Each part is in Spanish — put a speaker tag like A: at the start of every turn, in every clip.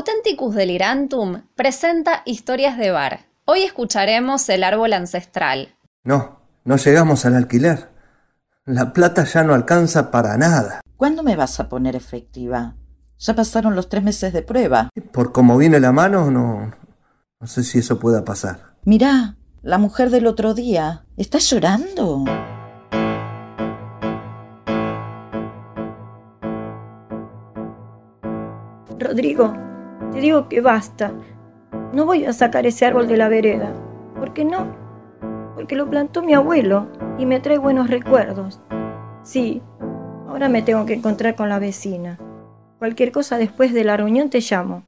A: Authenticus Delirantum presenta historias de bar. Hoy escucharemos El árbol ancestral.
B: No, no llegamos al alquiler. La plata ya no alcanza para nada.
C: ¿Cuándo me vas a poner efectiva? Ya pasaron los tres meses de prueba.
B: Por cómo viene la mano, no, no sé si eso pueda pasar.
C: Mirá, la mujer del otro día. ¿Está llorando?
D: Rodrigo, te digo que basta. No voy a sacar ese árbol de la vereda. ¿Por qué no? Porque lo plantó mi abuelo y me trae buenos recuerdos. Sí, ahora me tengo que encontrar con la vecina. Cualquier cosa después de la reunión te llamo.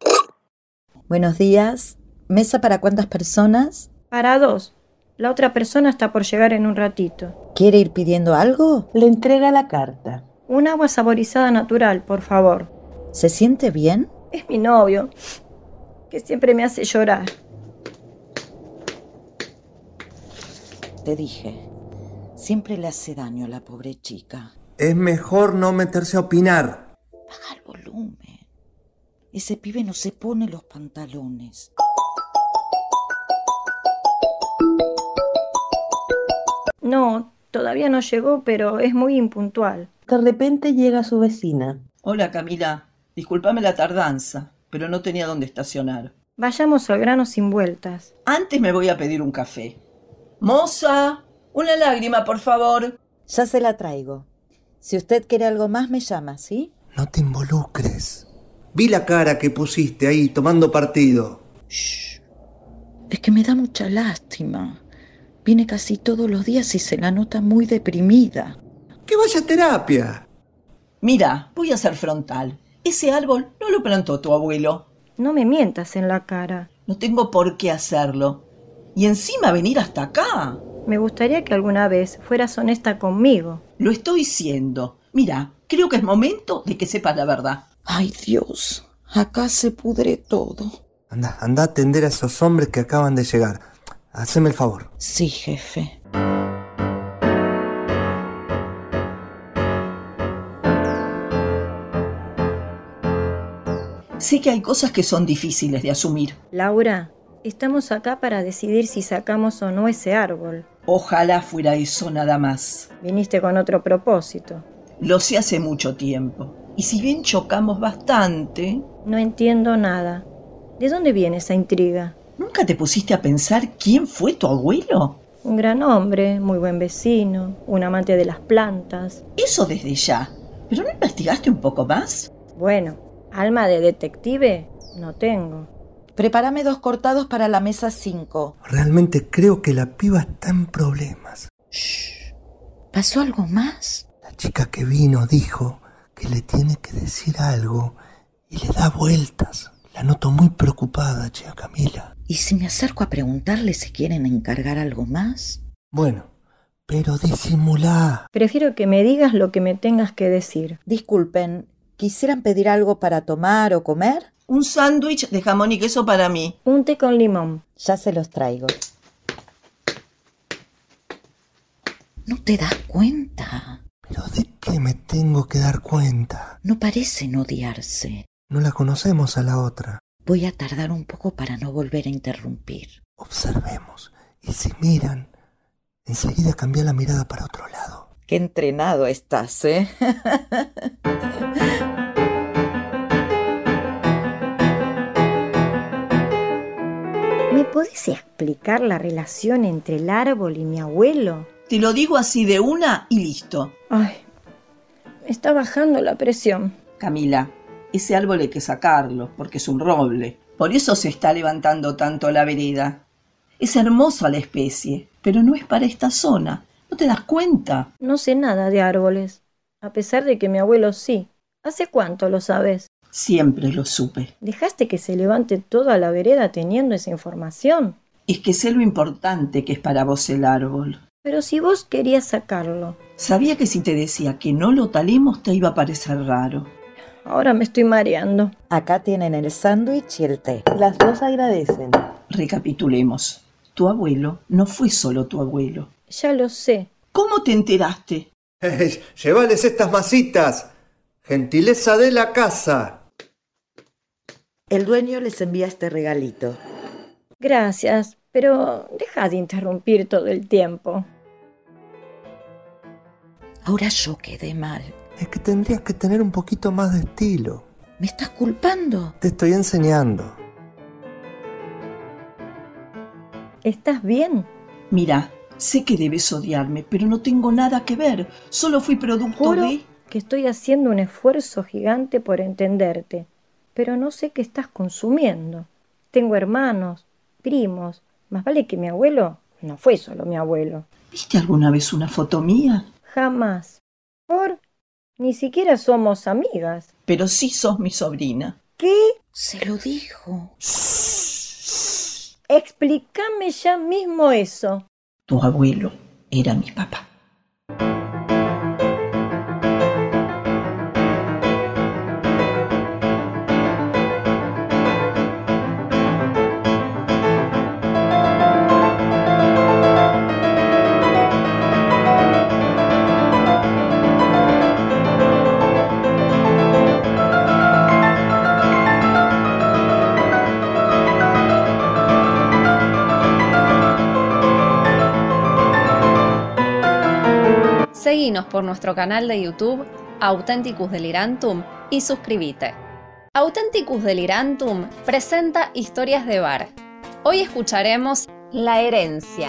C: Buenos días. ¿Mesa para cuántas personas?
D: Para dos. La otra persona está por llegar en un ratito.
C: ¿Quiere ir pidiendo algo?
E: Le entrega la carta.
D: Un agua saborizada natural, por favor.
C: ¿Se siente bien?
D: Es mi novio, que siempre me hace llorar.
C: Te dije. Siempre le hace daño a la pobre chica.
B: Es mejor no meterse a opinar.
C: Baja el volumen. Ese pibe no se pone los pantalones.
D: No, todavía no llegó, pero es muy impuntual.
E: De repente llega su vecina.
F: Hola Camila, discúlpame la tardanza, pero no tenía dónde estacionar.
D: Vayamos al grano sin vueltas.
F: Antes me voy a pedir un café. Moza, una lágrima, por favor.
C: Ya se la traigo. Si usted quiere algo más, me llama, ¿sí?
B: No te involucres. Vi la cara que pusiste ahí tomando partido.
C: Es que me da mucha lástima. Viene casi todos los días y se la nota muy deprimida.
B: Que vaya a terapia.
F: Mira, voy a ser frontal. Ese árbol no lo plantó tu abuelo.
D: No me mientas en la cara.
F: No tengo por qué hacerlo. Y encima venir hasta acá.
D: Me gustaría que alguna vez fueras honesta conmigo.
F: Lo estoy siendo. Mira, creo que es momento de que sepas la verdad.
C: Ay Dios, acá se pudre todo.
B: Anda, anda a atender a esos hombres que acaban de llegar. Haceme el favor.
C: Sí, jefe.
F: Sé que hay cosas que son difíciles de asumir.
D: Laura, estamos acá para decidir si sacamos o no ese árbol.
F: Ojalá fuera eso nada más.
D: Viniste con otro propósito.
F: Lo sé hace mucho tiempo. Y si bien chocamos bastante,
D: No entiendo nada. ¿De dónde viene esa intriga?
F: ¿nunca te pusiste a pensar quién fue tu abuelo?
D: Un gran hombre, muy buen vecino, un amante de las plantas.
F: Eso desde ya. ¿Pero no investigaste un poco más?
D: Bueno, alma de detective no tengo.
C: Prepárame dos cortados para la mesa 5.
B: Realmente creo que la piba está en problemas.
C: ¿Pasó algo más?
B: La chica que vino dijo que le tiene que decir algo y le da vueltas. La noto muy preocupada, chica Camila.
C: ¿Y si me acerco a preguntarle si quieren encargar algo más?
B: Bueno, pero disimulá.
D: Prefiero que me digas lo que me tengas que decir.
C: Disculpen, ¿quisieran pedir algo para tomar o comer?
F: Un sándwich de jamón y queso para mí.
D: Un té con limón.
C: Ya se los traigo. ¿No te das cuenta?
B: ¿Pero de qué me tengo que dar cuenta?
C: No parecen odiarse.
B: No la conocemos a la otra.
C: Voy a tardar un poco para no volver a interrumpir.
B: Observemos. Y si miran, enseguida cambia la mirada para otro lado.
C: Qué entrenado estás, ¿eh?
D: ¿Me podés explicar la relación entre el árbol y mi abuelo?
F: Te lo digo así de una y listo.
D: Ay, me está bajando la presión.
F: Camila, ese árbol hay que sacarlo, porque es un roble. Por eso se está levantando tanto la vereda. Es hermosa la especie, pero no es para esta zona. ¿No te das cuenta?
D: No sé nada de árboles, a pesar de que mi abuelo sí. ¿Hace cuánto lo sabes?
F: Siempre lo supe.
D: ¿Dejaste que se levante toda la vereda teniendo esa información?
F: Es que sé lo importante que es para vos el árbol.
D: Pero si vos querías sacarlo,
F: Sabía que si te decía que no lo talemos te iba a parecer raro.
D: ahora me estoy mareando.
C: Acá tienen el sándwich y el té.
E: Las dos agradecen.
F: Recapitulemos. Tu abuelo no fue solo tu abuelo.
D: Ya lo sé.
F: ¿Cómo te enteraste?
B: Llévales estas masitas. Gentileza de la casa.
G: El dueño les envía este regalito.
D: Gracias, pero deja de interrumpir todo el tiempo.
H: Ahora yo quedé mal.
B: Es que tendrías que tener un poquito más de estilo.
H: ¿Me estás culpando?
B: Te estoy enseñando.
D: ¿Estás bien?
F: Mira, sé que debes odiarme, pero no tengo nada que ver. Solo fui producto
D: Juro
F: de...
D: que estoy haciendo un esfuerzo gigante por entenderte, pero no sé qué estás consumiendo. Tengo hermanos, primos, más vale que mi abuelo no fue solo mi abuelo.
F: ¿Viste alguna vez una foto mía?
D: Jamás. Por ni siquiera somos amigas.
F: Pero sí sos mi sobrina.
D: ¿Qué?
H: Se lo dijo.
D: Explícame ya mismo eso.
F: Tu abuelo era mi papá.
A: Seguinos por nuestro canal de YouTube Authenticus Delirantum y suscríbete. Authenticus Delirantum presenta historias de bar. Hoy escucharemos La herencia.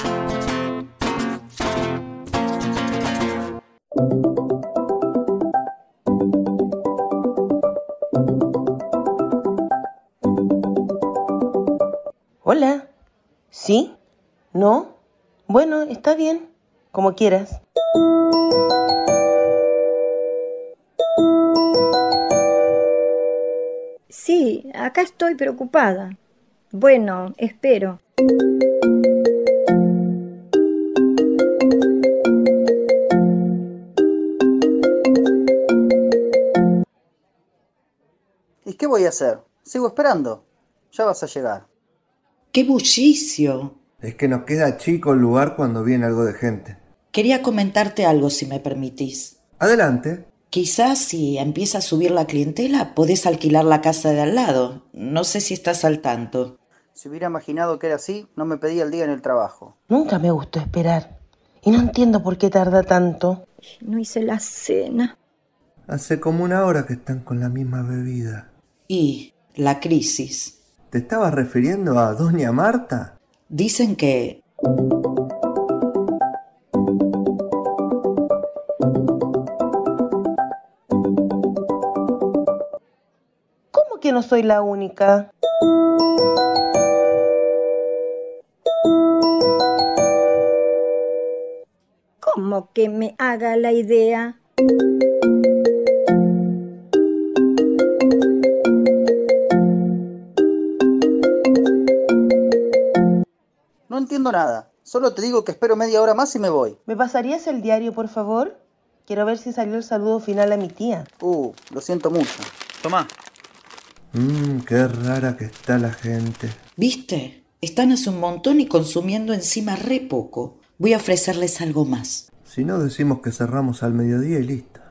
I: Hola. ¿Sí? ¿No? Bueno, está bien. Como quieras.
D: Sí, acá estoy preocupada. Bueno, espero.
J: ¿Y qué voy a hacer? Sigo esperando. Ya vas a llegar.
C: ¡Qué bullicio!
B: Es que nos queda chico el lugar cuando viene algo de gente.
C: Quería comentarte algo, si me permitís.
B: Adelante.
C: Quizás si empieza a subir la clientela, podés alquilar la casa de al lado. No sé si estás al tanto.
J: Si hubiera imaginado que era así, no me pedía el día en el trabajo.
I: Nunca me gustó esperar. Y no entiendo por qué tarda tanto.
D: No hice la cena.
B: Hace como una hora que están con la misma bebida.
C: Y la crisis.
B: ¿Te estabas refiriendo a Doña Marta?
C: Dicen que...
I: ¿Cómo que no soy la única?
D: ¿Cómo que me haga la idea?
J: No entiendo nada. Solo te digo que espero media hora más y me voy.
I: ¿Me pasarías el diario, por favor? Quiero ver si salió el saludo final a mi tía.
J: Uh, lo siento mucho. Tomá.
B: Mmm, qué rara que está la gente.
C: ¿Viste? Están hace un montón y consumiendo encima re poco. Voy a ofrecerles algo más.
B: Si no decimos que cerramos al mediodía y listo.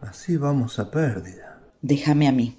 B: Así vamos a pérdida.
C: Déjame a mí.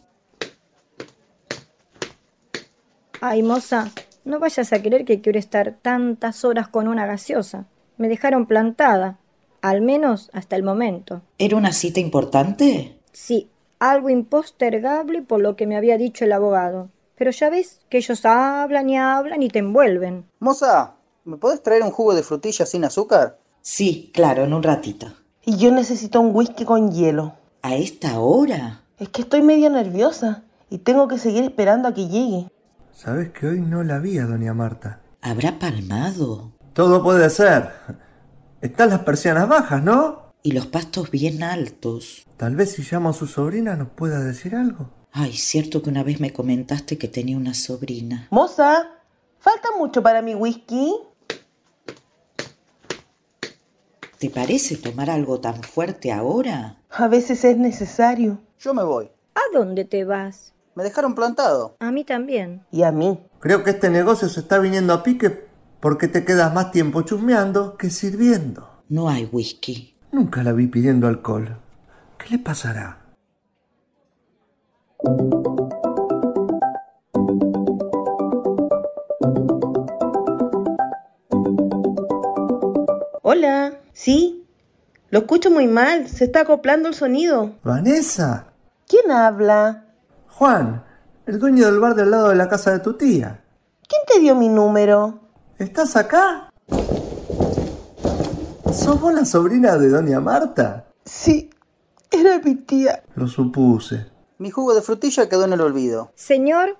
D: Ay, moza, no vayas a creer que quiero estar tantas horas con una gaseosa. Me dejaron plantada, al menos hasta el momento.
C: ¿Era una cita importante?
D: Sí, algo impostergable por lo que me había dicho el abogado. Pero ya ves que ellos hablan y hablan y te envuelven.
J: Moza, ¿me podés traer un jugo de frutilla sin azúcar?
C: Sí, claro, en un ratito.
I: Y yo necesito un whisky con hielo.
C: ¿A esta hora?
I: Es que estoy medio nerviosa y tengo que seguir esperando a que llegue.
B: ¿Sabes que hoy no la vi a Doña Marta?
C: ¿Habrá palmado?
B: Todo puede ser. Están las persianas bajas, ¿no?
C: Y los pastos bien altos.
B: Tal vez si llamo a su sobrina nos pueda decir algo.
C: Ay, cierto que una vez me comentaste que tenía una sobrina.
I: Moza, ¿falta mucho para mi whisky?
C: ¿Te parece tomar algo tan fuerte ahora?
I: A veces es necesario.
J: Yo me voy.
D: ¿A dónde te vas?
J: Me dejaron plantado.
D: A mí también.
I: Y a mí.
B: Creo que este negocio se está viniendo a pique porque te quedas más tiempo chusmeando que sirviendo.
C: No hay whisky.
B: Nunca la vi pidiendo alcohol. ¿Qué le pasará?
K: Hola, sí, lo escucho muy mal, se está acoplando el sonido.
B: Vanessa,
I: ¿Quién habla?
B: Juan, el dueño del bar del lado de la casa de tu tía.
I: ¿Quién te dio mi número?
B: ¿Estás acá? ¿Sos vos la sobrina de doña Marta?
I: Sí, era mi tía.
B: Lo supuse.
J: Mi jugo de frutilla quedó en el olvido.
D: Señor,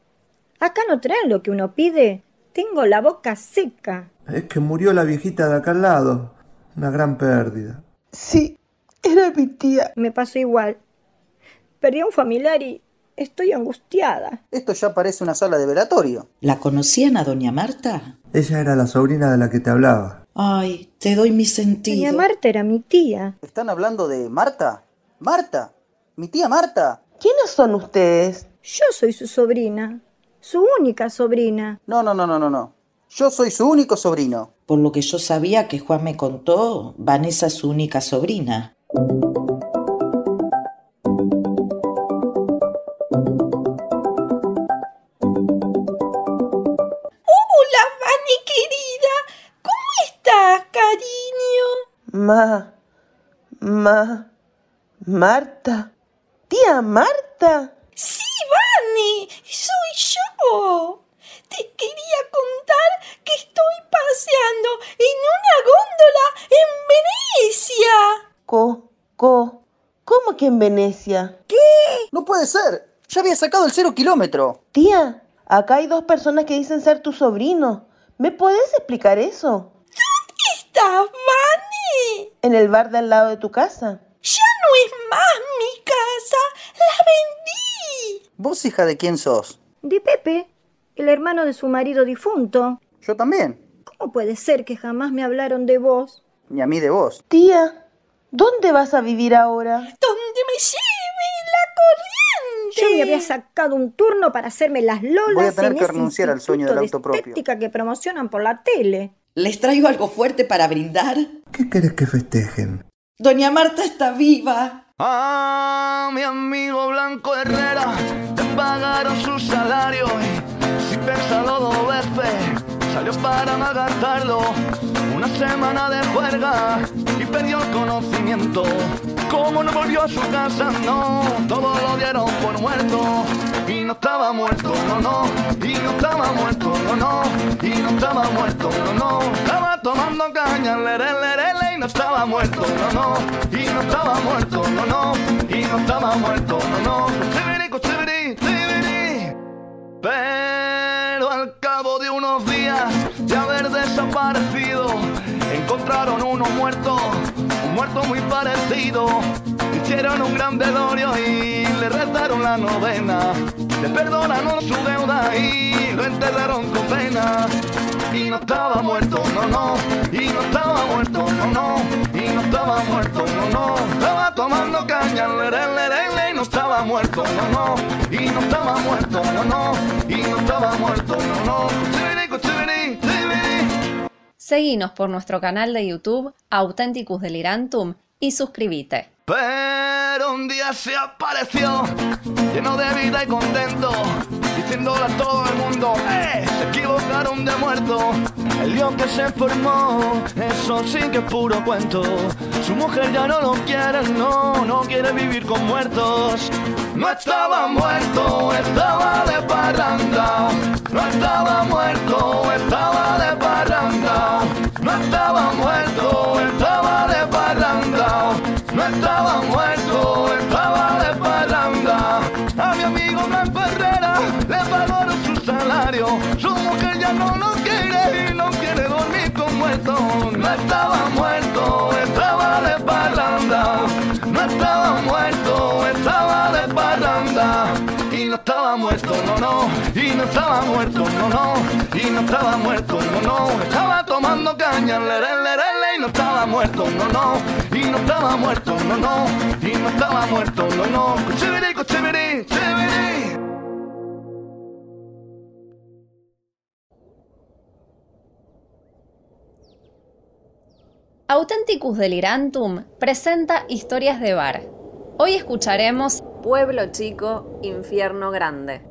D: acá no traen lo que uno pide. Tengo la boca seca.
B: Es que murió la viejita de acá al lado. Una gran pérdida.
I: Sí, era mi tía.
D: Me pasó igual. Perdí a un familiar y estoy angustiada.
J: Esto ya parece una sala de velatorio.
C: ¿La conocían a doña Marta?
B: Ella era la sobrina de la que te hablaba.
C: Ay, te doy mi
D: Doña
C: sentido.
D: Marta era mi tía.
J: ¿Están hablando de Marta? ¡Marta! ¡Mi tía Marta!
I: ¿Quiénes son ustedes?
D: Yo soy su sobrina. Su única sobrina.
J: No, no, no, no, no, no. Yo soy su único sobrino.
C: Por lo que yo sabía que Juan me contó, Vanessa es su única sobrina.
L: Hola, Vani querida. ¿Cómo estás, cariño?
I: Ma, ma, Marta. Tía Marta.
L: Sí, Vani, soy yo. Te quería contar que estoy paseando en una góndola en Venecia.
I: Co, co. ¿Cómo que en Venecia?
J: ¡No puede ser! ¡Ya había sacado el cero kilómetro!
I: Tía, acá hay dos personas que dicen ser tu sobrino. ¿Me podés explicar eso?
L: ¿Estás, Vani?
I: En el bar de al lado de tu casa.
L: Ya no es más mi casa. La vendí.
J: ¿Vos, hija de quién sos?
D: De Pepe, el hermano de su marido difunto.
J: Yo también.
D: ¿Cómo puede ser que jamás me hablaron de vos?
J: Ni a mí de vos.
I: Tía, ¿dónde vas a vivir ahora?
L: Donde me lleve la corriente.
D: Yo me había sacado un turno para hacerme las lolas
J: Voy a tener
D: en
J: que
D: ese
J: renunciar al sueño del
D: instituto
J: auto propio.
D: de estética que promocionan por la tele.
C: ¿Les traigo algo fuerte para brindar?
B: ¿Qué querés que festejen?
C: Doña Marta está viva.
M: Ah, mi amigo Blanco Herrera, te pagaron su salario y sin pensarlo dos veces salió para no gastarlo. Una semana de juerga y perdió el conocimiento. Como no volvió a su casa, no, todos lo dieron por muerto. Y no estaba muerto, no, no, y no estaba muerto, no, no, y no estaba muerto, no, no. Estaba tomando caña, lere, lere, le, y no estaba muerto, no, no, y no estaba muerto, no, no, y no estaba muerto, no, no. Chibirico, chibiri, chibiri. Pero al cabo de unos días de haber desaparecido, encontraron uno muerto, un muerto muy parecido. Hicieron un gran velorio y le restaron la novena. Le perdonaron su deuda y lo enterraron con pena. Y no estaba muerto, no, no. Y no estaba muerto, no, no. Y no estaba muerto, no, no. Estaba tomando caña, lere, lere, lere, y no estaba muerto, no, no. Y no estaba muerto, no, no. Y no estaba muerto, no, no. Chibirico, chibiri, chibiri.
A: Seguinos por nuestro canal de YouTube Authenticus Delirantum y suscríbete.
M: Pero un día se apareció, lleno de vida y contento, diciéndole a todo el mundo, ¡eh! Se equivocaron de muerto. El lío que se formó, eso sí que es puro cuento. Su mujer ya no lo quiere, no, no quiere vivir con muertos. No estaba muerto, estaba de parranda. No estaba muerto, estaba de parranda. No estaba muerto, estaba de parranda. No estaba muerto, estaba de parranda. A mi amigo Blanco Herrera le pagaron su salario. Su mujer ya no lo quiere y no quiere dormir con muerto. No estaba muerto, estaba de parranda. No estaba muerto, estaba de parranda. Y no estaba muerto, no, no. Y no estaba muerto, no, no. Y no estaba muerto, no, no. Estaba tomando caña, lere, lere, le, y no estaba muerto, no, no. Y no estaba muerto, no, no. Y no estaba muerto, no, no. Chibiri, chibiri, chibiri.
A: Authenticus Delirantum presenta historias de bar. Hoy escucharemos Pueblo Chico, Infierno Grande.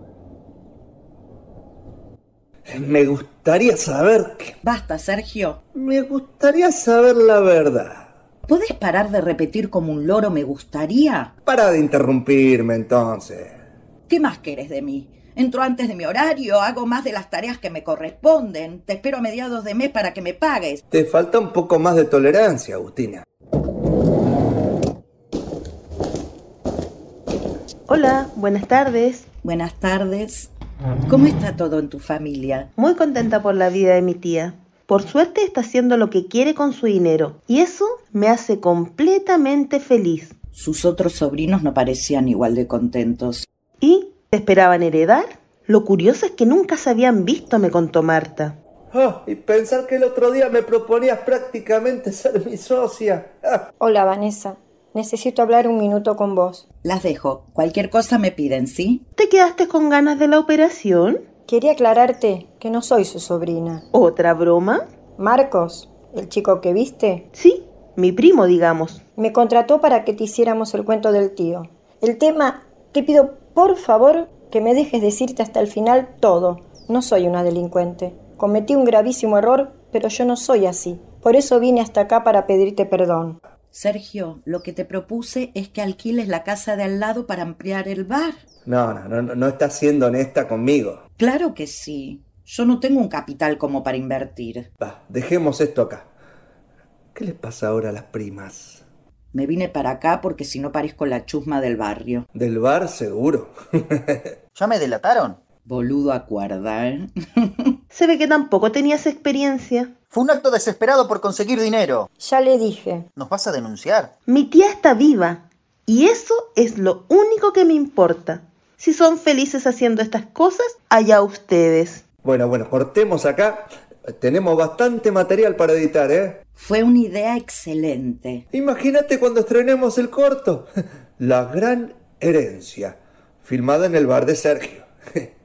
B: Me gustaría saber que...
C: Basta, Sergio.
B: Me gustaría saber la verdad.
C: ¿Podés parar de repetir como un loro me gustaría?
B: Para de interrumpirme entonces.
C: ¿Qué más querés de mí? Entro antes de mi horario, hago más de las tareas que me corresponden, te espero a mediados de mes para que me pagues.
B: Te falta un poco más de tolerancia, Agustina.
I: Hola, buenas tardes.
C: Buenas tardes. ¿Cómo está todo en tu familia?
I: Muy contenta por la vida de mi tía. Por suerte está haciendo lo que quiere con su dinero y eso me hace completamente feliz.
C: Sus otros sobrinos no parecían igual de contentos.
I: ¿Y te esperaban heredar? Lo curioso es que nunca se habían visto, me contó Marta.
B: Ah, y pensar que el otro día me proponías prácticamente ser mi socia. Ah.
D: Hola, Vanessa. Necesito hablar un minuto con vos.
C: Las dejo. Cualquier cosa me piden, ¿sí?
I: ¿Te quedaste con ganas de la operación?
D: Quería aclararte que no soy su sobrina.
I: ¿Otra broma?
D: Marcos, el chico que viste.
I: Sí, mi primo, digamos.
D: Me contrató para que te hiciéramos el cuento del tío. El tema, te pido por favor que me dejes decirte hasta el final todo. No soy una delincuente. Cometí un gravísimo error, pero yo no soy así. Por eso vine hasta acá para pedirte perdón.
C: Sergio, lo que te propuse es que alquiles la casa de al lado para ampliar el bar.
B: No, no, no, no estás siendo honesta conmigo.
C: Claro que sí. Yo no tengo un capital como para invertir.
B: Va, dejemos esto acá. ¿Qué les pasa ahora a las primas?
C: Me vine para acá porque si no parezco la chusma del barrio.
B: Del bar seguro.
J: ¿Ya me delataron?
C: Boludo acuerda, ¿eh?
I: Se ve que tampoco tenías experiencia.
J: Fue un acto desesperado por conseguir dinero.
D: Ya le dije.
J: ¿Nos vas a denunciar?
I: Mi tía está viva y eso es lo único que me importa. Si son felices haciendo estas cosas, allá ustedes.
B: Bueno, bueno, cortemos acá. Tenemos bastante material para editar, ¿eh?
C: Fue una idea excelente.
B: Imagínate cuando estrenemos el corto. La gran herencia, filmada en el bar de Sergio.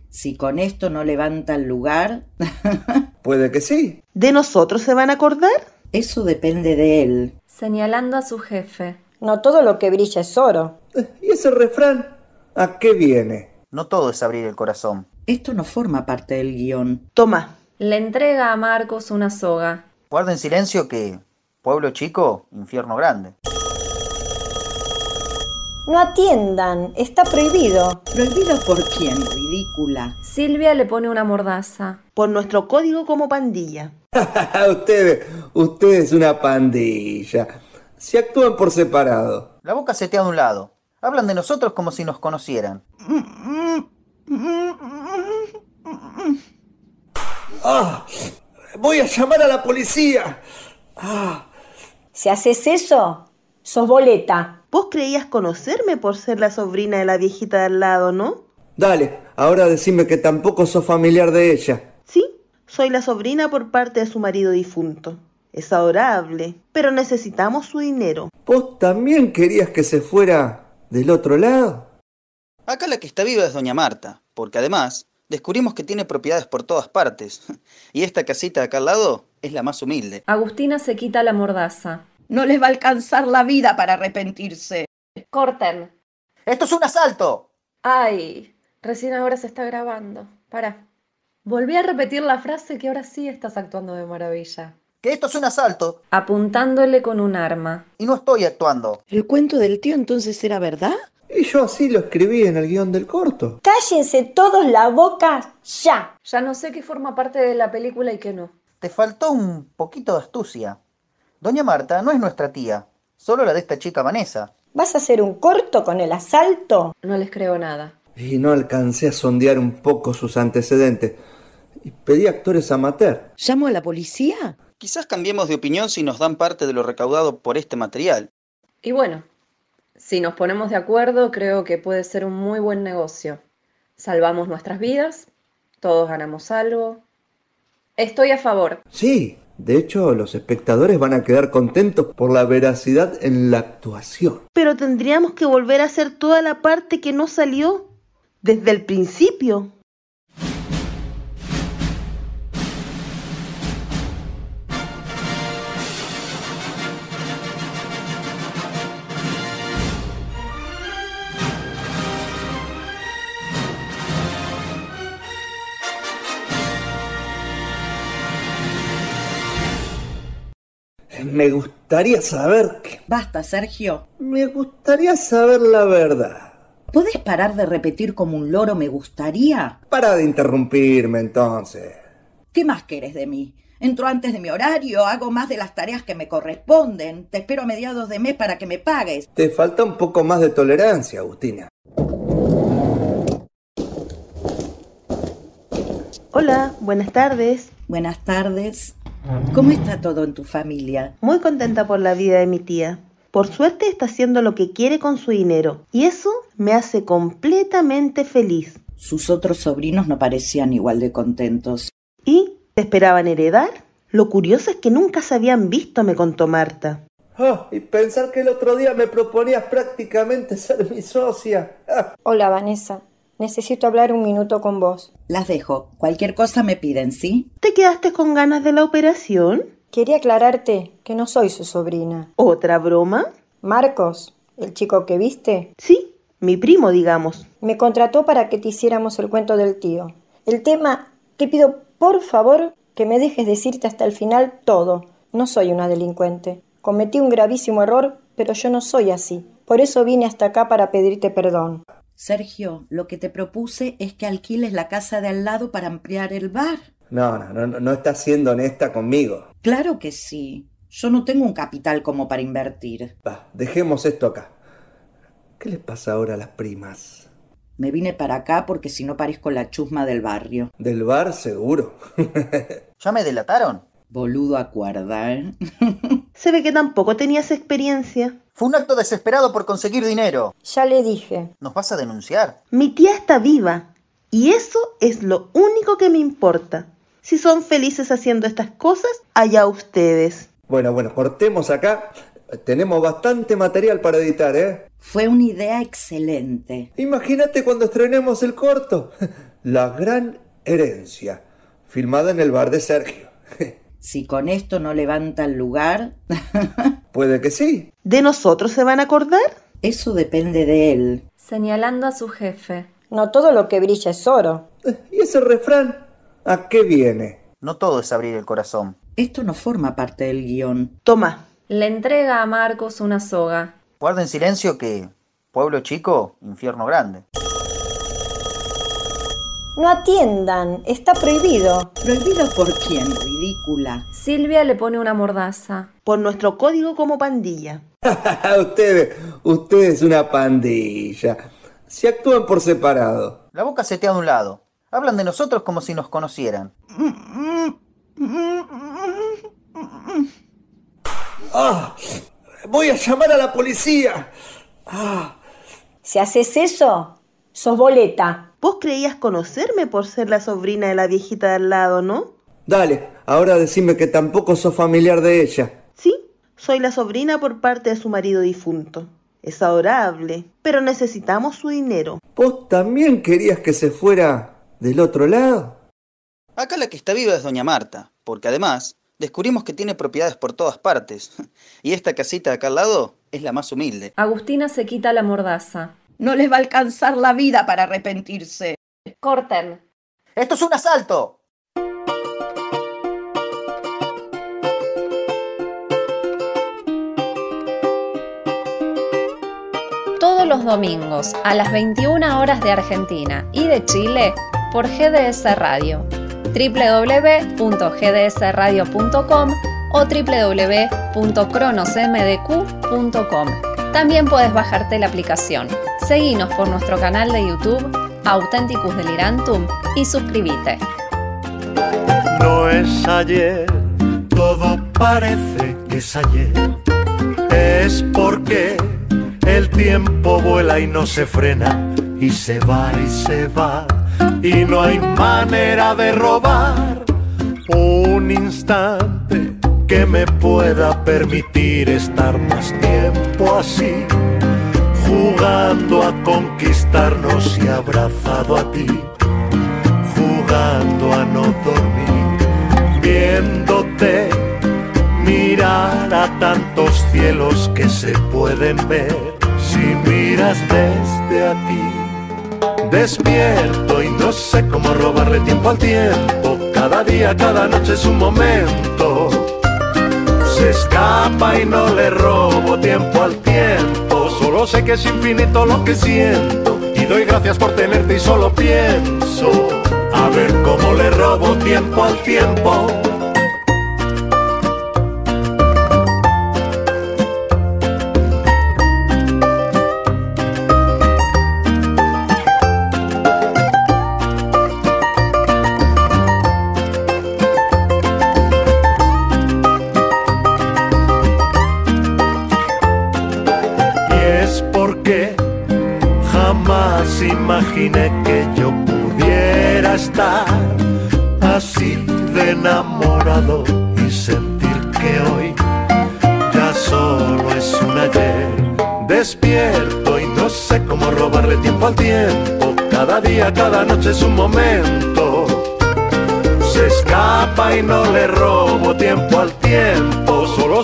C: Si con esto no levanta el lugar...
B: Puede que sí.
I: ¿De nosotros se van a acordar?
C: Eso depende de él.
A: Señalando a su jefe.
D: No todo lo que brilla es oro.
B: ¿Y ese refrán? ¿A qué viene?
J: No todo es abrir el corazón.
C: Esto no forma parte del guión.
I: Toma.
A: Le entrega a Marcos una soga.
J: Guarden silencio que... Pueblo chico, infierno grande.
D: No atiendan, está prohibido.
C: ¿Prohibido por quién? Ridícula.
A: Silvia le pone una mordaza.
I: Por nuestro código como pandilla.
B: ustedes, ustedes una pandilla. Se actúan por separado.
J: La boca setea de un lado. Hablan de nosotros como si nos conocieran.
B: ¡Ah! ¡Voy a llamar a la policía! ¡Ah!
D: Si haces eso, sos boleta.
I: Vos creías conocerme por ser la sobrina de la viejita de al lado, ¿no?
B: Dale, ahora decime que tampoco sos familiar de ella.
I: Sí, soy la sobrina por parte de su marido difunto. Es adorable, pero necesitamos su dinero.
B: ¿Vos también querías que se fuera del otro lado?
J: Acá la que está viva es doña Marta, porque además descubrimos que tiene propiedades por todas partes. Y esta casita de acá al lado es la más humilde.
A: Agustina se quita la mordaza.
C: No les va a alcanzar la vida para arrepentirse.
A: Corten.
J: ¡Esto es un asalto!
N: Ay, recién ahora se está grabando. Para. Volví a repetir la frase que ahora sí estás actuando de maravilla.
J: Que esto es un asalto.
A: Apuntándole con un arma.
J: Y no estoy actuando.
C: ¿El cuento del tío entonces era verdad?
B: Y yo así lo escribí en el guión del corto.
D: Cállense todos la boca ya.
N: Ya no sé qué forma parte de la película y qué no.
J: Te faltó un poquito de astucia. Doña Marta no es nuestra tía, solo la de esta chica Vanessa.
D: ¿Vas a hacer un corto con el asalto?
N: No les creo nada.
B: Y no alcancé a sondear un poco sus antecedentes. Y pedí actores amateur.
C: ¿Llamo a la policía?
J: Quizás cambiemos de opinión si nos dan parte de lo recaudado por este material.
N: Y bueno, si nos ponemos de acuerdo, creo que puede ser un muy buen negocio. Salvamos nuestras vidas, todos ganamos algo. Estoy a favor.
B: Sí, de hecho, los espectadores van a quedar contentos por la veracidad en la actuación.
I: Pero tendríamos que volver a hacer toda la parte que no salió desde el principio.
B: Eh, Me gustaría saber que...
C: Basta, Sergio.
B: Me gustaría saber la verdad.
C: ¿Podés parar de repetir como un loro me gustaría?
B: Para de interrumpirme entonces.
C: ¿Qué más querés de mí? Entro antes de mi horario, hago más de las tareas que me corresponden, te espero a mediados de mes para que me pagues.
B: Te falta un poco más de tolerancia, Agustina.
I: Hola, buenas tardes.
C: Buenas tardes. ¿Cómo está todo en tu familia?
I: Muy contenta por la vida de mi tía. Por suerte está haciendo lo que quiere con su dinero y eso me hace completamente feliz.
C: Sus otros sobrinos no parecían igual de contentos.
I: ¿Y te esperaban heredar? Lo curioso es que nunca se habían visto, me contó Marta.
B: Ah, y pensar que el otro día me proponías prácticamente ser mi socia. Ah.
D: Hola, Vanessa. Necesito hablar un minuto con vos.
C: Las dejo. Cualquier cosa me piden, ¿sí?
I: ¿Te quedaste con ganas de la operación?
D: Quería aclararte que no soy su sobrina.
I: ¿Otra broma?
D: Marcos, el chico que viste.
I: Sí, mi primo, digamos.
D: Me contrató para que te hiciéramos el cuento del tío. El tema, te pido por favor que me dejes decirte hasta el final todo. No soy una delincuente. Cometí un gravísimo error, pero yo no soy así. Por eso vine hasta acá para pedirte perdón.
C: Sergio, lo que te propuse es que alquiles la casa de al lado para ampliar el bar.
B: No, no, no, no estás siendo honesta conmigo.
C: Claro que sí. Yo no tengo un capital como para invertir.
B: Va, dejemos esto acá. ¿Qué les pasa ahora a las primas?
C: Me vine para acá porque si no parezco la chusma del barrio.
B: Del bar seguro.
J: ¿Ya me delataron?
C: Boludo acuerda, ¿eh?
I: Se ve que tampoco tenías experiencia.
J: Fue un acto desesperado por conseguir dinero.
D: Ya le dije.
J: ¿Nos vas a denunciar?
I: Mi tía está viva y eso es lo único que me importa. Si son felices haciendo estas cosas, allá ustedes.
B: Bueno, bueno, cortemos acá. Tenemos bastante material para editar, ¿eh?
C: Fue una idea excelente.
B: Imagínate cuando estrenemos el corto. La gran herencia, filmada en el bar de Sergio.
C: Si con esto no levanta el lugar...
B: Puede que sí.
I: ¿De nosotros se van a acordar?
C: Eso depende de él.
A: Señalando a su jefe.
D: No todo lo que brilla es oro.
B: ¿Y ese refrán? ¿A qué viene?
J: No todo es abrir el corazón.
C: Esto no forma parte del guión.
I: Toma.
A: Le entrega a Marcos una soga.
J: Guarden silencio que pueblo chico, infierno grande.
D: No atiendan, está prohibido.
C: ¿Prohibido por quién? Ridícula.
A: Silvia le pone una mordaza.
I: Por nuestro código como pandilla.
B: ustedes, ustedes una pandilla. Se actúan por separado.
J: La boca setea de un lado. Hablan de nosotros como si nos conocieran.
B: ¡Ah! ¡Voy a llamar a la policía! ¡Ah!
D: Si haces eso, sos boleta.
I: Vos creías conocerme por ser la sobrina de la viejita de al lado, ¿no?
B: Dale, ahora decime que tampoco sos familiar de ella.
I: Sí, soy la sobrina por parte de su marido difunto. Es adorable, pero necesitamos su dinero.
B: ¿Vos también querías que se fuera del otro lado?
J: Acá la que está viva es doña Marta, porque además descubrimos que tiene propiedades por todas partes. Y esta casita de acá al lado es la más humilde.
A: Agustina se quita la mordaza.
C: No les va a alcanzar la vida para arrepentirse.
A: Corten.
J: Esto es un asalto.
A: todos los domingos a las 21 horas de Argentina y de Chile por GDS Radio, www.gdsradio.com o www.cronosmdq.com. También puedes bajarte la aplicación. Seguinos por nuestro canal de YouTube Authenticus Delirantum y suscríbete.
O: No es ayer, todo parece que es ayer. Es porque el tiempo vuela y no se frena, y se va y se va, y no hay manera de robar un instante que me pueda permitir estar más tiempo así, jugando a conquistarnos y abrazado a ti, jugando a no dormir, viéndote mirar a tantos cielos que se pueden ver si miras desde aquí. Despierto y no sé cómo robarle tiempo al tiempo. Cada día, cada noche es un momento. Si se escapa y no le robo tiempo al tiempo. Solo sé que es infinito lo que siento y doy gracias por tenerte y solo pienso a ver cómo le robo tiempo al tiempo. Y es porque jamás imaginé que yo pudiera estar así de enamorado y sentir que hoy ya solo es un ayer. Despierto y no sé cómo robarle tiempo al tiempo. Cada día, cada noche es un momento. Se escapa y no le robo tiempo al tiempo. Solo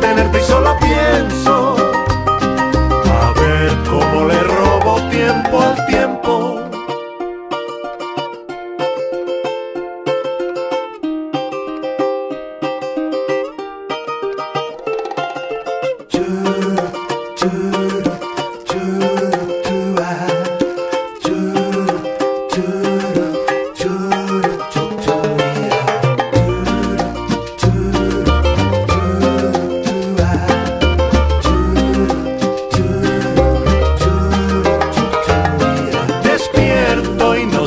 O: tenerte y solo pienso. A ver cómo le robo tiempo al tiempo. Despierto y no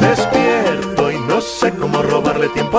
O: Despierto y no sé cómo robarle tiempo